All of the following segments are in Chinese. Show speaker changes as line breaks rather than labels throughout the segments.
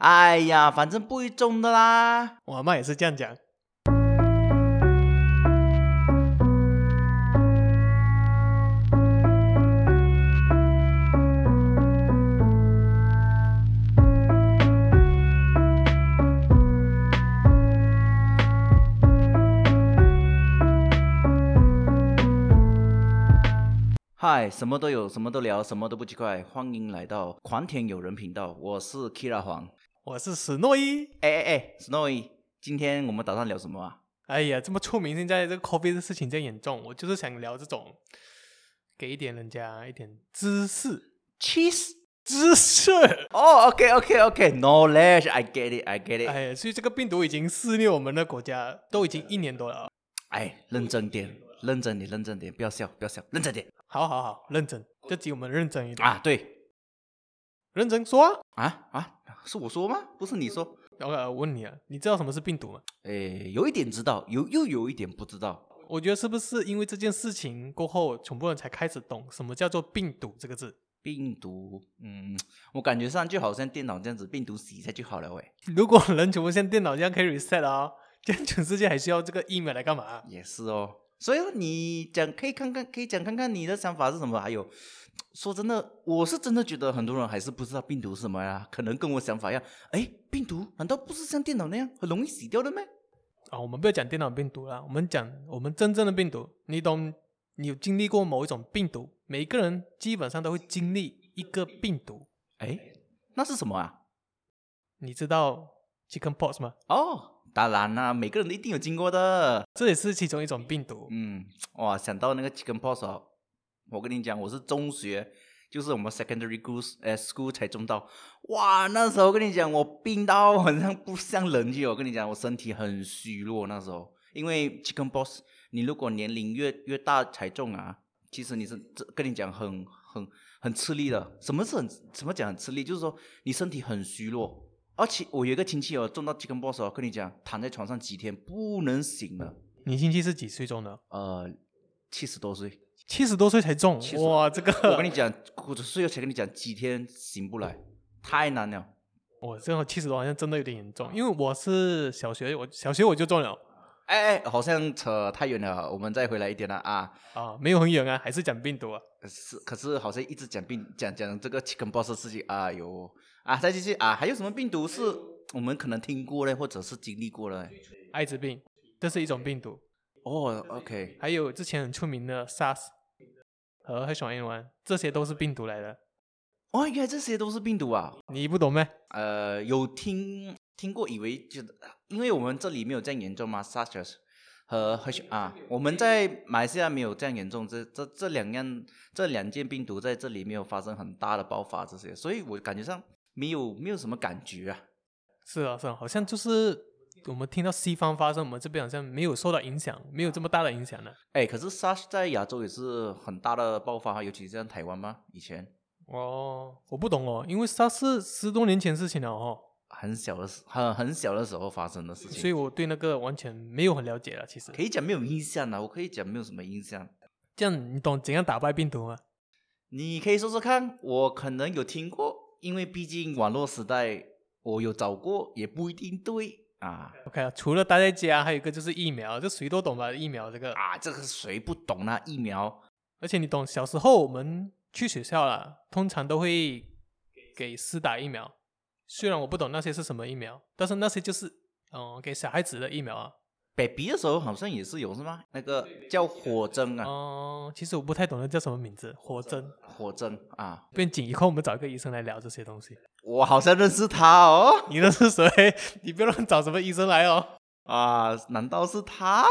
哎呀，反正不会中的啦。
我阿妈也是这样讲。
嗨，什么都有，什么都聊，什么都不奇怪。欢迎来到狂舔友人频道，我是 Kira 黄。
我是史诺伊。
哎哎哎，Snowy，今天我们打算聊什么啊？
哎呀，这么出名，现在这个 COVID 的事情这样严重，我就是想聊这种，给一点人家一点知识，
cheese。
知识。
哦、o k OK OK，knowledge，I、get it，I get it。
哎呀，所以这个病毒已经肆虐我们的国家，都已经一年多了啊。
哎，认真点，认真点，认真点，不要笑，不要笑，认真点
好好好，认真，这集我们认真一点，
啊！对
认真说啊。
啊啊，是我说吗？不是你说？
然后呃我问你啊，你知道什么是病毒吗？
哎，有一点知道，有又有一点不知道。
我觉得是不是因为这件事情过后，全部人才开始懂什么叫做病毒这个字？
病毒，嗯，我感觉上就好像电脑这样子，病毒洗一下就好了喂。
如果人全部像电脑一样可以 reset 啊、这样全世界还需要这个疫苗来干嘛、啊
也是哦，所以你讲可以看看，可以讲看看你的想法是什么。还有，说真的，我是真的觉得很多人还是不知道病毒是什么呀，可能跟我想法一样。哎，病毒难道不是像电脑那样很容易死掉的吗？
啊，我们不要讲电脑病毒啦，我们讲我们真正的病毒。你懂？你有经历过某一种病毒？每个人基本上都会经历一个病毒。
哎，那是什么啊？
你知道 chickenpox 吗？
哦，当然啦、每个人都一定有经过的。
这也是其中一种病毒。
嗯，哇，想到那个 chicken pox 啊，我跟你讲，我是中学，就是我们 secondary school 呃 school 才中到，哇，那时候跟你讲，我病到好像不像人去哦，我跟你讲，我身体很虚弱那时候，因为 chicken pox，你如果年龄越越大才中啊，其实你是这跟你讲很很很吃力的。什么是很什么讲很吃力？就是说你身体很虚弱。而且我有一个亲戚哦，中到 chicken pox 哦，跟你讲，躺在床上几天不能醒了。
你亲戚是几岁中的？
呃，七十多岁。
七十多岁才中
70，
哇，这个
我跟你讲，我只是要才跟你讲，几天醒不来，太难了。
我这种七十多好像真的有点严重，因为我是小学，我小学我就中了
哎哎，好像扯太远了，我们再回来一点了啊。
啊，没有很远啊，还是讲病毒啊。
是，可是好像一直讲病讲讲这个 chicken pox 的事情，哎呦啊，再继续啊，还有什么病毒是我们可能听过嘞，或者是经历过嘞？
艾滋病，这是一种病毒，
哦，OK，
还有之前很出名的 SARS 和黑熊 N1，这些都是病毒来的，
哦，原来这些都是病毒啊。
你不懂咩？
呃，有听听过，以为就因为我们这里没有这样严重嘛 s a r s 和 H 啊，我们在马来西亚没有这样严重，这这这两样这两件病毒在这里没有发生很大的爆发这些，所以我感觉上没有没有什么感觉啊。
是啊，是啊，好像就是我们听到西方发生，我们这边好像没有受到影响，没有这么大的影响呢。
哎，可是 SARS 在亚洲也是很大的爆发，尤其是在台湾嘛，以前
哦，我不懂哦，因为 SARS 是十多年前事情了哦，
很小的时很很小的时候发生的事情，
所以我对那个完全没有很了解了。其实
可，以讲没有印象啊，我可以讲没有什么印象。
这样你懂怎样打败病毒吗？
你可以说说看，我可能有听过，因为毕竟网络时代，我有找过，也不一定对啊
OK 啊，除了待在家，还有一个就是疫苗，这谁都懂吧？疫苗这个，
啊，这个谁不懂啊？疫苗
而且你懂，小时候我们去学校啦，通常都会给施打疫苗。虽然我不懂那些是什么疫苗，但是那些就是嗯、给小孩子的疫苗啊。
，baby 的时候好像也是有是吗？那个叫火针啊，
嗯、其实我不太懂那叫什么名字，活针。
火针啊，
变紧以后，我们找一个医生来聊这些东西。
我好像认识他哦
你认识谁？ 你不要乱找什么医生来哦。
啊，难道是他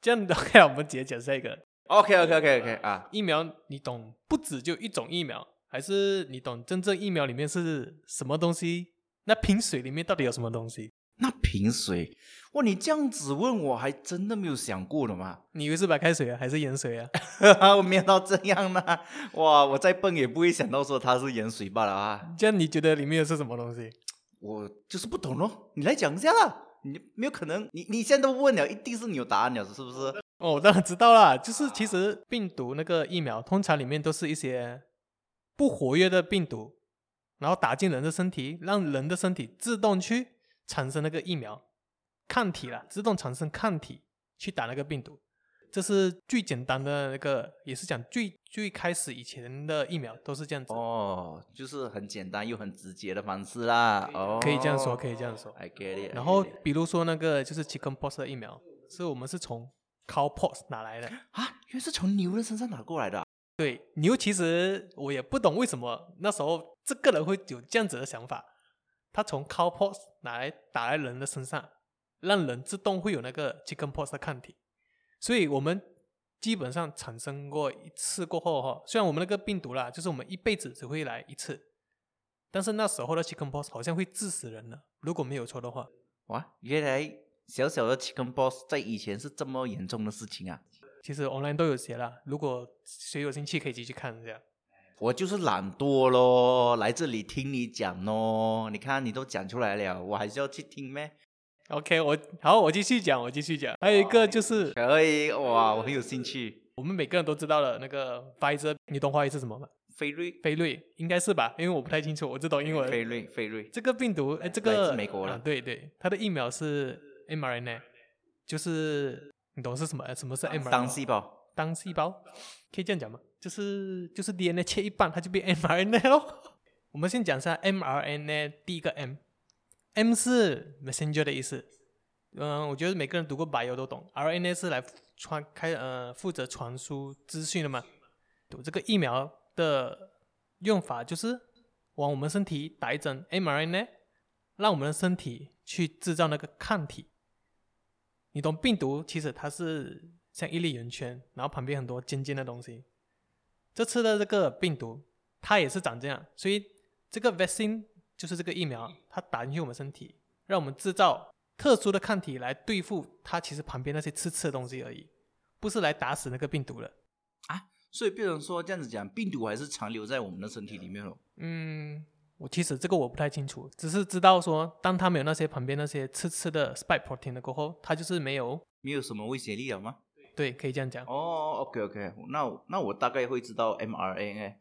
这样的 OK 啊， 我们直接讲下一个
？OK OK OK OK 啊，
疫苗。你懂不止就一种疫苗，还是你懂真正疫苗里面是什么东西？那瓶水里面到底有什么东西？
那瓶水，哇，你这样子问我还真的没有想过了嘛。
你以为是白开水啊，还是盐水啊？
我没有到这样呢、哇！我再笨也不会想到说它是盐水罢了啊！
这样你觉得里面是什么东西？
我就是不懂咯，你来讲一下啦。你没有可能，你你现在都问了，一定是你有答案了，是不是？
哦，我当然知道啦，就是其实病毒那个疫苗，通常里面都是一些不活跃的病毒，然后打进人的身体，让人的身体自动去产生那个疫苗抗体了，自动产生抗体去打那个病毒。这是最简单的那个，也是讲最最开始以前的疫苗都是这样子，
哦，就是很简单又很直接的方式啦。哦，
可以这样说，可以这样说。
I get it。
然后比如说那个就是 chickenpox 的疫苗，是我们是从 cowpox 拿来的。
啊，原来是从牛的身上打过来的啊、
对，牛其实我也不懂为什么那时候这个人会有这样子的想法，他从 cowpox 拿来打在人的身上，让人自动会有那个 chickenpox 的抗体，所以我们基本上产生过一次过后哈，虽然我们那个病毒啦，就是我们一辈子只会来一次，但是那时候的 chickenpox 好像会致死人的，如果没有错的话，
哇，原来小小的 chicken boss 在以前是这么严重的事情啊！
其实 online 都有写啦，如果谁有兴趣可以自己去看这样。
我就是懒惰咯，来这里听你讲咯。你看你都讲出来了，我还是要去听咩？
OK，我好，我继续讲，我继续讲。还有一个就是
可以哇，我很有兴趣。
我们每个人都知道了，那个 Pfizer，你懂华语是什么吗？
飞瑞，
飞瑞应该是吧，因为我不太清楚，我只懂英文。
飞瑞，飞瑞，
这个病毒，哎，这
来
个
自美国
啊
了，
对对，它的疫苗是 mRNA，就是你懂是什么？什么是 mRNA？
啊当细胞。
当细胞，可以这样讲吗？就是就是 DNA 切一半，它就变 mRNA 咯。 我们先讲一下 mRNA 第一个 M，M 是 messenger 的意思。嗯，我觉得每个人读过 bio 都懂，RNA 是来传开呃负责传输资讯的嘛。读这个疫苗的用法就是往我们身体打一针 mRNA，让我们的身体去制造那个抗体。你懂病毒，其实它是像一粒圆圈，然后旁边很多尖尖的东西。这次的这个病毒，它也是长这样，所以这个 vaccine 就是这个疫苗，它打进去我们身体，让我们制造特殊的抗体来对付它其实旁边那些刺刺的东西而已，不是来打死那个病毒的。
所以变成说这样子讲，病毒还是残留在我们的身体里面哦。
嗯，我其实这个我不太清楚，只是知道说，当它没有那些旁边那些刺刺的 spike protein 了过后，它就是没有，
没有什么威胁力了吗？
对，可以这样讲。
哦，OK OK，那我那我大概会知道 mRNA 哎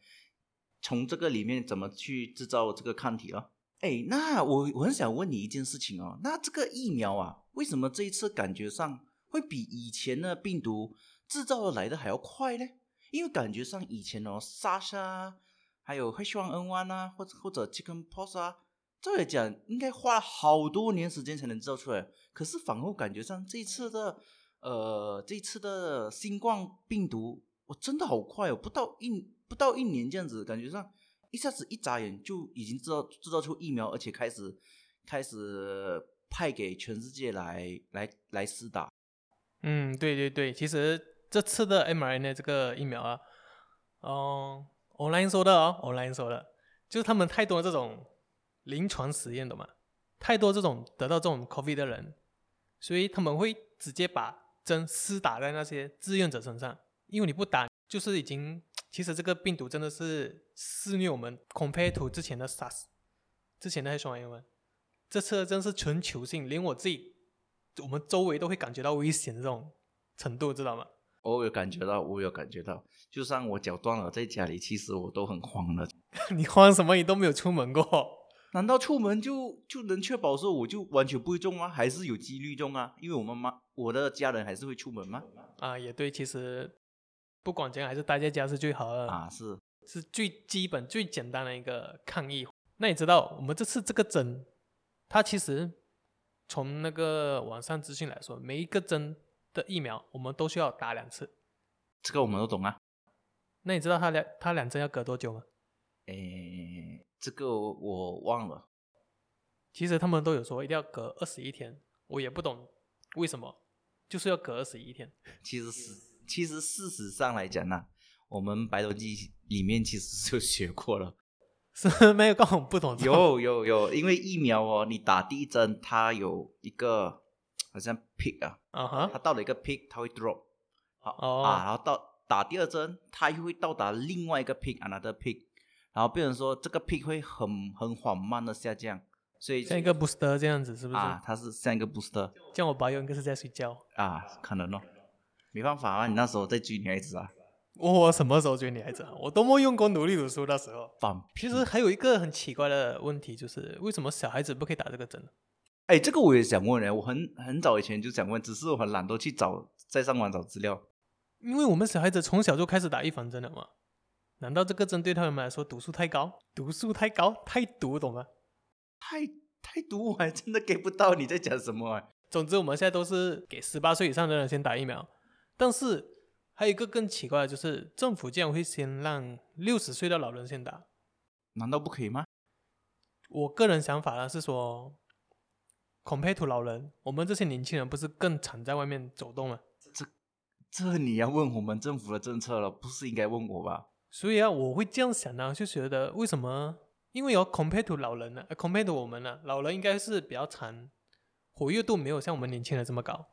从这个里面怎么去制造这个抗体了。哎，那我我很想问你一件事情哦，那这个疫苗啊，为什么这一次感觉上会比以前的病毒制造的来的还要快呢？因为感觉上以前哦，SARS 啊，还有 H1N1 啊，或者或者 Chickenpox 啊，照理讲应该花了好多年时间才能制造出来，可是反而感觉上这一次的呃，这次的新冠病毒，我真的好快哦，不到一不到一年这样子，感觉上一下子一眨眼就已经制造制造出疫苗，而且开始开始派给全世界来来来施打。
嗯，对对对，其实这次的 mRNA 这个疫苗啊，嗯，online 说的哦，online 说的，就是他们太多这种临床实验的嘛，太多这种得到这种 COVID 的人，所以他们会直接把针施打在那些志愿者身上，因为你不打，就是已经，其实这个病毒真的是肆虐我们，compare to 之前的 SARS，之前的 H1N1，这次的真是全球性，连我自己，我们周围都会感觉到危险的这种程度，知道吗？
我有感觉到，我有感觉到，就算我脚断了，在家里其实我都很慌了。
你慌什么？你都没有出门过，
难道出门就就能确保说我就完全不会中吗？还是有几率中啊？因为我妈妈、我的家人还是会出门吗？
啊，也对，其实不管怎样，还是待在家是最好的。
啊，是
是最基本、最简单的一个抗议。那你知道我们这次这个针，它其实从那个网上资讯来说，每一个针的疫苗我们都需要打两次。
这个我们都懂啊。
那你知道它两它两针要隔多久吗？
诶，这个我我忘了。
其实他们都有说一定要隔二十一天，我也不懂为什么，就是要隔二十一天。
其实是，其实事实上来讲呢、啊我们白头记里面其实就学过了。
是 没有刚好不懂。
有有有，因为疫苗哦，你打第一针，它有一个好像 peak 啊，
啊哈
它到了一个 peak，它会 drop 啊，
哦
然后到打第二针，它又会到达另外一个 peak，another peak，然后变成说这个 peak 会很很缓慢的下降，所以
像一个 booster 这样子是不是？
啊，它是像一个 booster
这样我保佑应该是在睡觉。
啊，可能哦，没办法啊，你那时候在追女孩子啊。
问我什么时候追女孩子啊？我多么用功努力读书的时候。
放
其实还有一个很奇怪的问题，就是为什么小孩子不可以打这个针呢？
哎，这个我也想问哎，我很很早以前就想问，只是我很懒惰去找，在上网找资料。
因为我们小孩子从小就开始打预防针了嘛。难道这个针对他们来说读数太高？读数太高，太毒，懂吗？
太太毒，我还真的给不到你在讲什么哎。
总之，我们现在都是给十八岁以上的人先打疫苗。但是还有一个更奇怪的就是，政府竟然会先让六十岁的老人先打。
难道不可以吗？
我个人想法呢是说，compare to 老人，我们这些年轻人不是更常在外面走动吗？
这你要问我们政府的政策了，不是应该问我吧？
所以啊，我会这样想呢、就觉得为什么？因为有 compare to 老人呢、呃 c o m p a r e to 我们呢、老人应该是比较长，活跃度没有像我们年轻人这么高。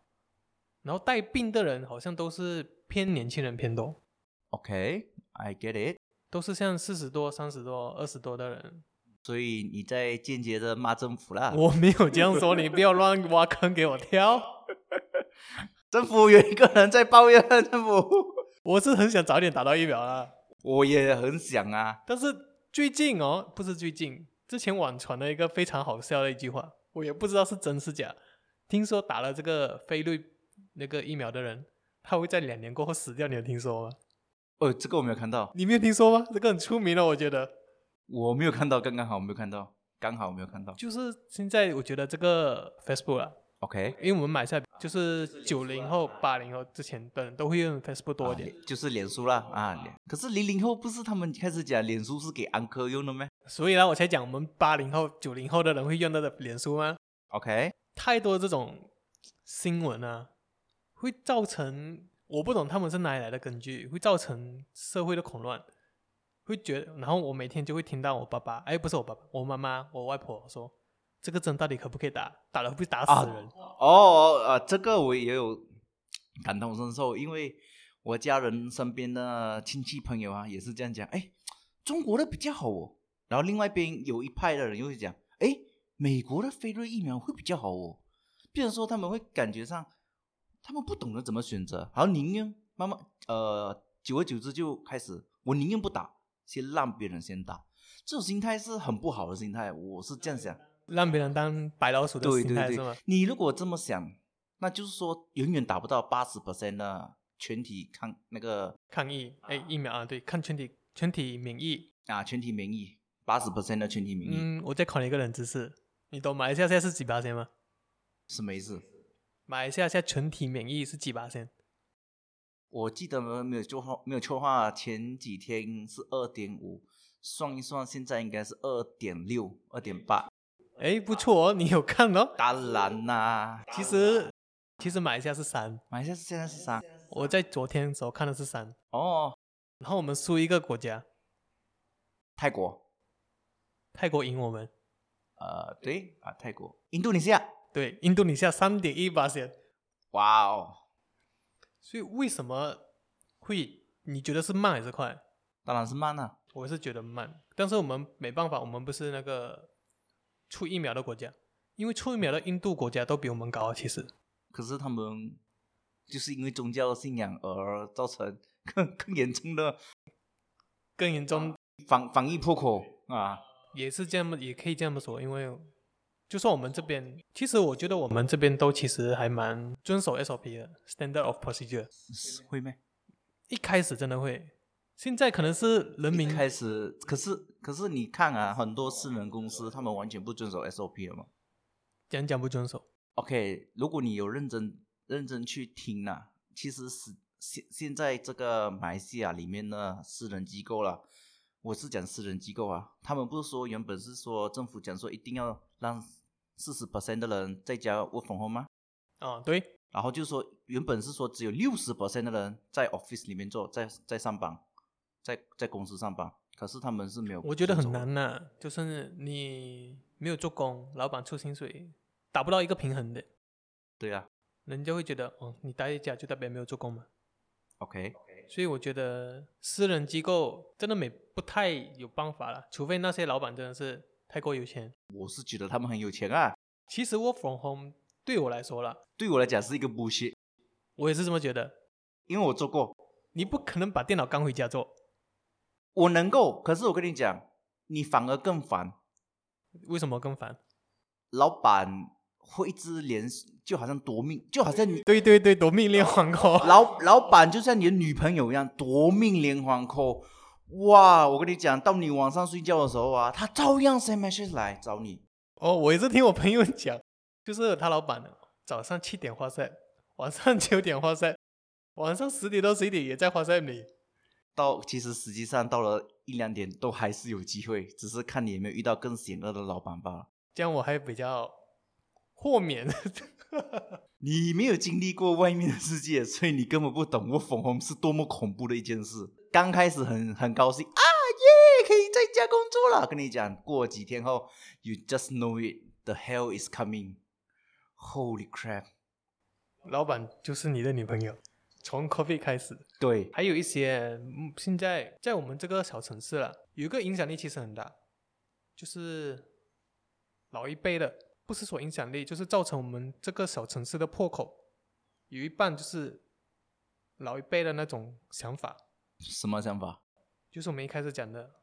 然后带病的人好像都是偏年轻人偏多，
OK，I、get it。
都是像四十多、三十多、二十多的人。
所以你在间接的骂政府啦。
我没有这样说，你不要乱挖坑给我跳。
政府有一个人在抱怨政府，
我是很想早点打到疫苗啊，
我也很想啊。
但是最近哦，不是最近，之前网传了一个非常好笑的一句话，我也不知道是真是假。听说打了这个菲律那个疫苗的人，他会在两年过后死掉，你有听说吗？
哦，这个我没有看到，
你没有听说吗？这个很出名了，我觉得。
我没有看到，刚刚好我没有看到，刚好我没有看到。
就是现在，我觉得这个 Facebook 啊，
OK，
因为我们买下就是九零后、八零后之前的人都会用 Facebook 多一点，
啊就是脸书啦啊。脸可是零零后不是他们开始讲脸书是给安科用的吗
所以呢，我才讲我们八零后、九零后的人会用到的脸书吗？
？OK，
太多这种新闻啊，会造成我不懂他们是哪里来的根据，会造成社会的恐乱，会觉得，然后我每天就会听到我爸爸，哎，不是我爸爸，我妈妈、我外婆说，这个针到底可不可以打？打了会不会打死人？
哦啊，这个我也有感同身受，因为我家人身边的亲戚朋友啊，也是这样讲，哎，中国的比较好哦。然后另外一边有一派的人又会讲，哎，美国的飞瑞疫苗会比较好哦。变成说他们会感觉上，他们不懂得怎么选择，然后宁愿慢慢呃，久而久之就开始，我宁愿不打，先让别人先打。这种心态是很不好的心态，我是这样想。
让别人当白老鼠的
对
心态
对
是
对
吗？，
你如果这么想，那就是说永远达不到八十 percent 的全体抗那个
抗疫，哎，疫苗啊，对，抗全体全体免疫。
啊全体免疫，八十 percent 的全体免疫、
嗯，我再考你一个冷知识，你懂马来西亚现在是几八千吗？
什么意思？
马来西亚现在全体免疫是几八千？
我记得没有错话，没有错话，前几天是二点五，算一算现在应该是二点六、二点八。
哎，不错哦，你有看 哦。
当然啦，
其实其实马来西亚是三，
马来西亚现在是啥？
我在昨天的时候看的是三，
哦，
然后我们输一个国家，
泰国，
泰国赢我们，
呃，对啊，泰国，印度尼西亚，
对，印度尼西亚三点一八线，
哇哦，
所以为什么会你觉得是慢还是快？
当然是慢啊了、
我是觉得慢，但是我们没办法，我们不是那个出疫苗的国家，因为出疫苗的印度国家都比我们高啊，其实
可是他们就是因为宗教信仰而造成 更更严重的
更严重，
防防疫破口啊！
也是这样，也可以这么说，因为就算我们这边，其实我觉得我们这边都其实还蛮遵守 SOP 的 （Standard of Procedure）。
是会咩？
一开始真的会，现在可能是人民
一开始，可是可是你看啊，很多私人公司他们完全不遵守 SOP 了嘛。
讲讲不遵守，
OK，如果你有认真认真去听啦、其实是现现在这个马来西亚里面的私人机构啦，我是讲私人机构啊，他们不是说原本是说政府讲说一定要让四十 percent 的人在家 work from home 吗？
啊，对，
然后就说原本是说只有六十 percent 的人在 office 里面做，在在上班，在在公司上班，可是他们是没有，
我觉得很。难呐、就是你没有做工，老板出薪水，达不到一个平衡的，
对啊
人家会觉得哦，你待在家就代表没有做工嘛。
，OK，
所以我觉得私人机构真的没不太有办法了，除非那些老板真的是太过有钱。
我是觉得他们很有钱啊，
其实 work from home 对我来说啦，
对我来讲是一个 bullshit，
我也是这么觉得。
因为我做过，
你不可能把电脑刚回家做，
我能够，可是我跟你讲，你反而更烦。
为什么更烦？
老板会一直连，就好像夺命，就好像你
对对对，夺命连环 call，
老老板就像你的女朋友一样，夺命连环 call。哇，我跟你讲，到你晚上睡觉的时候啊，他照样 send message 来找你。
哦，我也是听我朋友讲，就是他老板早上七点花赛， 晚上九点花赛， 晚上十点到十一点也在花赛里。
到其实实际上到了一两点都还是有机会，只是看你有没有遇到更险恶的老板罢了。
这样我还比较豁免。
你没有经历过外面的世界，所以你根本不懂我粉红是多么恐怖的一件事。刚开始很很高兴啊耶，可以在家工作了。跟你讲，过几天后，you just know it，the hell is coming。Holy crap！
老板就是你的女朋友，从 coffee 开始，
对，
还有一些嗯现在在我们这个小城市了，有一个影响力其实很大，就是老一辈的，不是说影响力，就是造成我们这个小城市的破口，有一半就是老一辈的那种想法，
什么想法？
就是我们一开始讲的，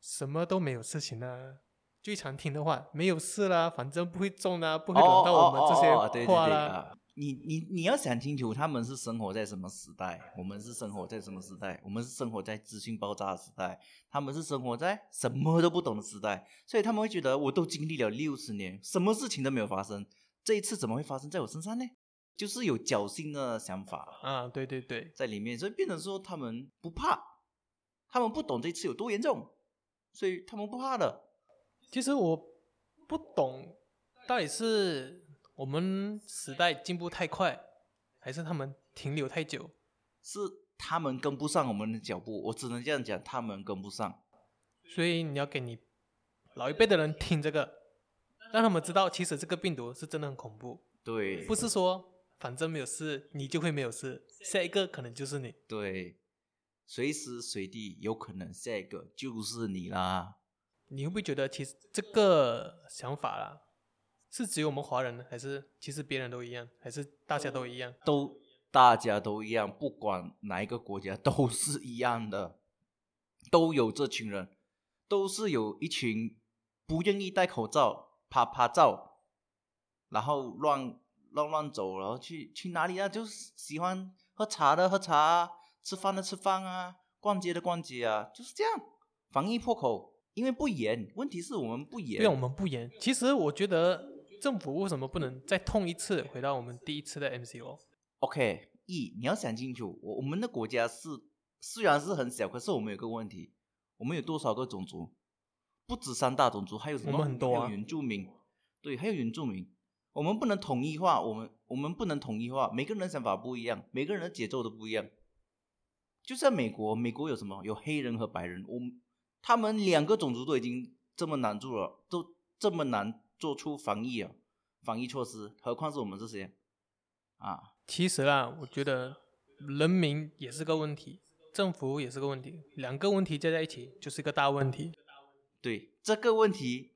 什么都没有事情啊。最常听的话，没有事啦，反正不会中啦，不
不
会轮到我们这些话啦。
哦对对对啊你你你要想清楚，他们是生活在什么时代，我们是生活在什么时代？我们是生活在资讯爆炸的时代，他们是生活在什么都不懂的时代，所以他们会觉得我都经历了六十年，什么事情都没有发生，这一次怎么会发生在我身上呢？就是有侥幸的想法
啊，对对对，
在里面，所以变成说他们不怕，他们不懂这次有多严重，所以他们不怕的。
其实我不懂，到底是我们时代进步太快，还是他们停留太久？
是他们跟不上我们的脚步，我只能这样讲，他们跟不上。
所以你要给你老一辈的人听这个，让他们知道，其实这个病毒是真的很恐怖，
对，
不是说反正没有事，你就会没有事，下一个可能就是你。
对，随时随地有可能下一个就是你啦。
你会不会觉得，其实这个想法啦，是只有我们华人呢，还是其实别人都一样，还是大家都一样？
都大家都一样，不管哪一个国家 都是一样的，都有这群人，都是有一群不愿意戴口罩、啪啪照，然后乱乱乱走，然后去去哪里啊？就是喜欢喝茶的喝茶、啊，吃饭的吃饭啊，逛街的逛街啊，就是这样。防疫破口，因为不严，问题是我们不严
对，我。们不严。其实我觉得政府为什么不能再痛一次，回到我们第一次的 MCO？
OK，一你要想清楚，我我们的国家是虽然是很小，可是我们有个问题，我们有多少个种族？不止三大种族，还有什么？
我们很多啊
还有原住民，对，还有原住民。我们不能统一化，我们我们不能统一化，每个人的想法不一样，每个人的节奏都不一样。就像美国，美国有什么？有黑人和白人，我们他们两个种族都已经这么难做了，都这么难做出防疫啊，防疫措施，何况是我们这些啊？
其实啦，我觉得人民也是个问题，政府也是个问题，两个问题加在一起就是一个大问题。
对这个问题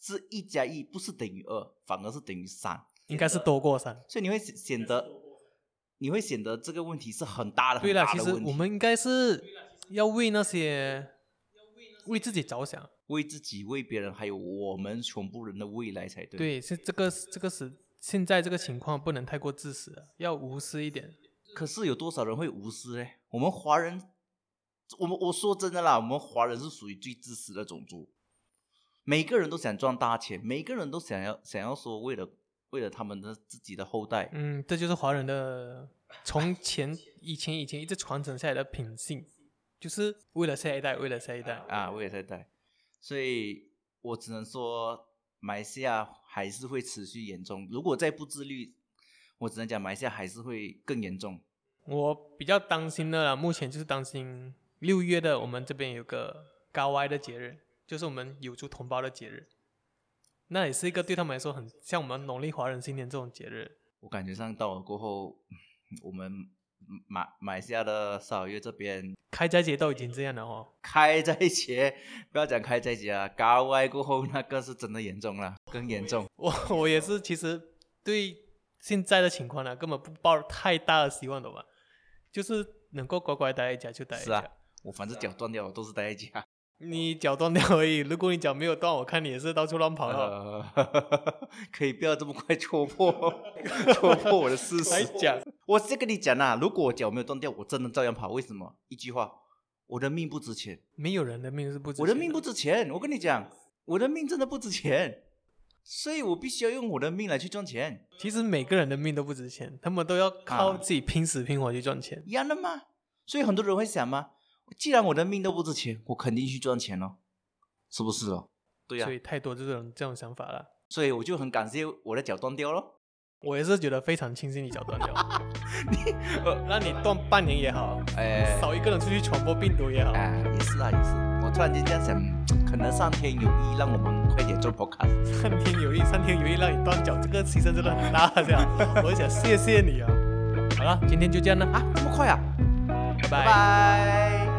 是一加一不是等于二，反而是等于三，
应该是多过三。
所以你会显显得你会显得这个问题是很大的
对
很
啦，
大
其
的
实
问题。
我们应该是要为那些为自己着想。
为自己、为别人，还有我们全部人的未来才对。
对，是这个这个时现在这个情况不能太过自私了，要无私一点。
可是有多少人会无私嘞？我们华人，我们我说真的啦，我们华人是属于最自私的种族，每个人都想赚大钱，每个人都想要想要说为了为了他们的自己的后代，
嗯，这就是华 人的从前以前以前一直传承下来的品性，就是为了下一代，为了下一代。
啊，我也在带，所以我只能说马来西亚还是会持续严重。如果再不自律，我只能讲马来西亚还是会更严重。
我比较担心的啦，目前就是担心六月的我们这边有个高歪的节日，就是我们有族同胞的节日，那也是一个对他们来说很像我们农历华人新年这种节日。
我感觉上到了过后，我们马马来西亚的沙尔越这边
开斋节都已经这样了哦，
开斋节，不要讲开斋节啊，嘎歪过后那个是真的严重了，更严重。
我我也是，其实对现在的情况呢，根本不抱太大的希望的吧。就是能够乖乖待在家就待在
是
家。
啊我反正脚断掉了，都是待在家。
你脚断掉而已，如果你脚没有断，我看你也是到处乱跑了。
呃， 可以不要这么快戳破戳破我的事
来
实。
哎讲，
我是跟你讲啦、如果我脚没有断掉，我真的照样跑。为什么？一句话，我的命不值钱，
没有人的命是不值钱
我的命不值钱。我跟你讲，我的命真的不值钱，所以我必须要用我的命来去赚钱，
其实每个人的命都不值钱，他们都要靠
啊
自己拼死拼活去赚钱。
一样的嘛。所以很多人会想嘛，既然我的命都不值钱，我肯定去赚钱咯，是不是哦？对呀、
所以太多这种这种想法了。
所以我就很感谢我的脚断掉咯。
我也是觉得非常庆幸你脚 断掉，你 呃，让你断半年也好，
哎、
少一个人出去传播病毒也好。
哎，也是啊，也是。我突然间这样想，可能上天有意让我们快点做 podcast。
三天有一，三天有一让你断脚，这个牺牲真的很大， 这样，我想谢谢你啊。好了，今天就这样了啊，
这么快啊？
拜
拜拜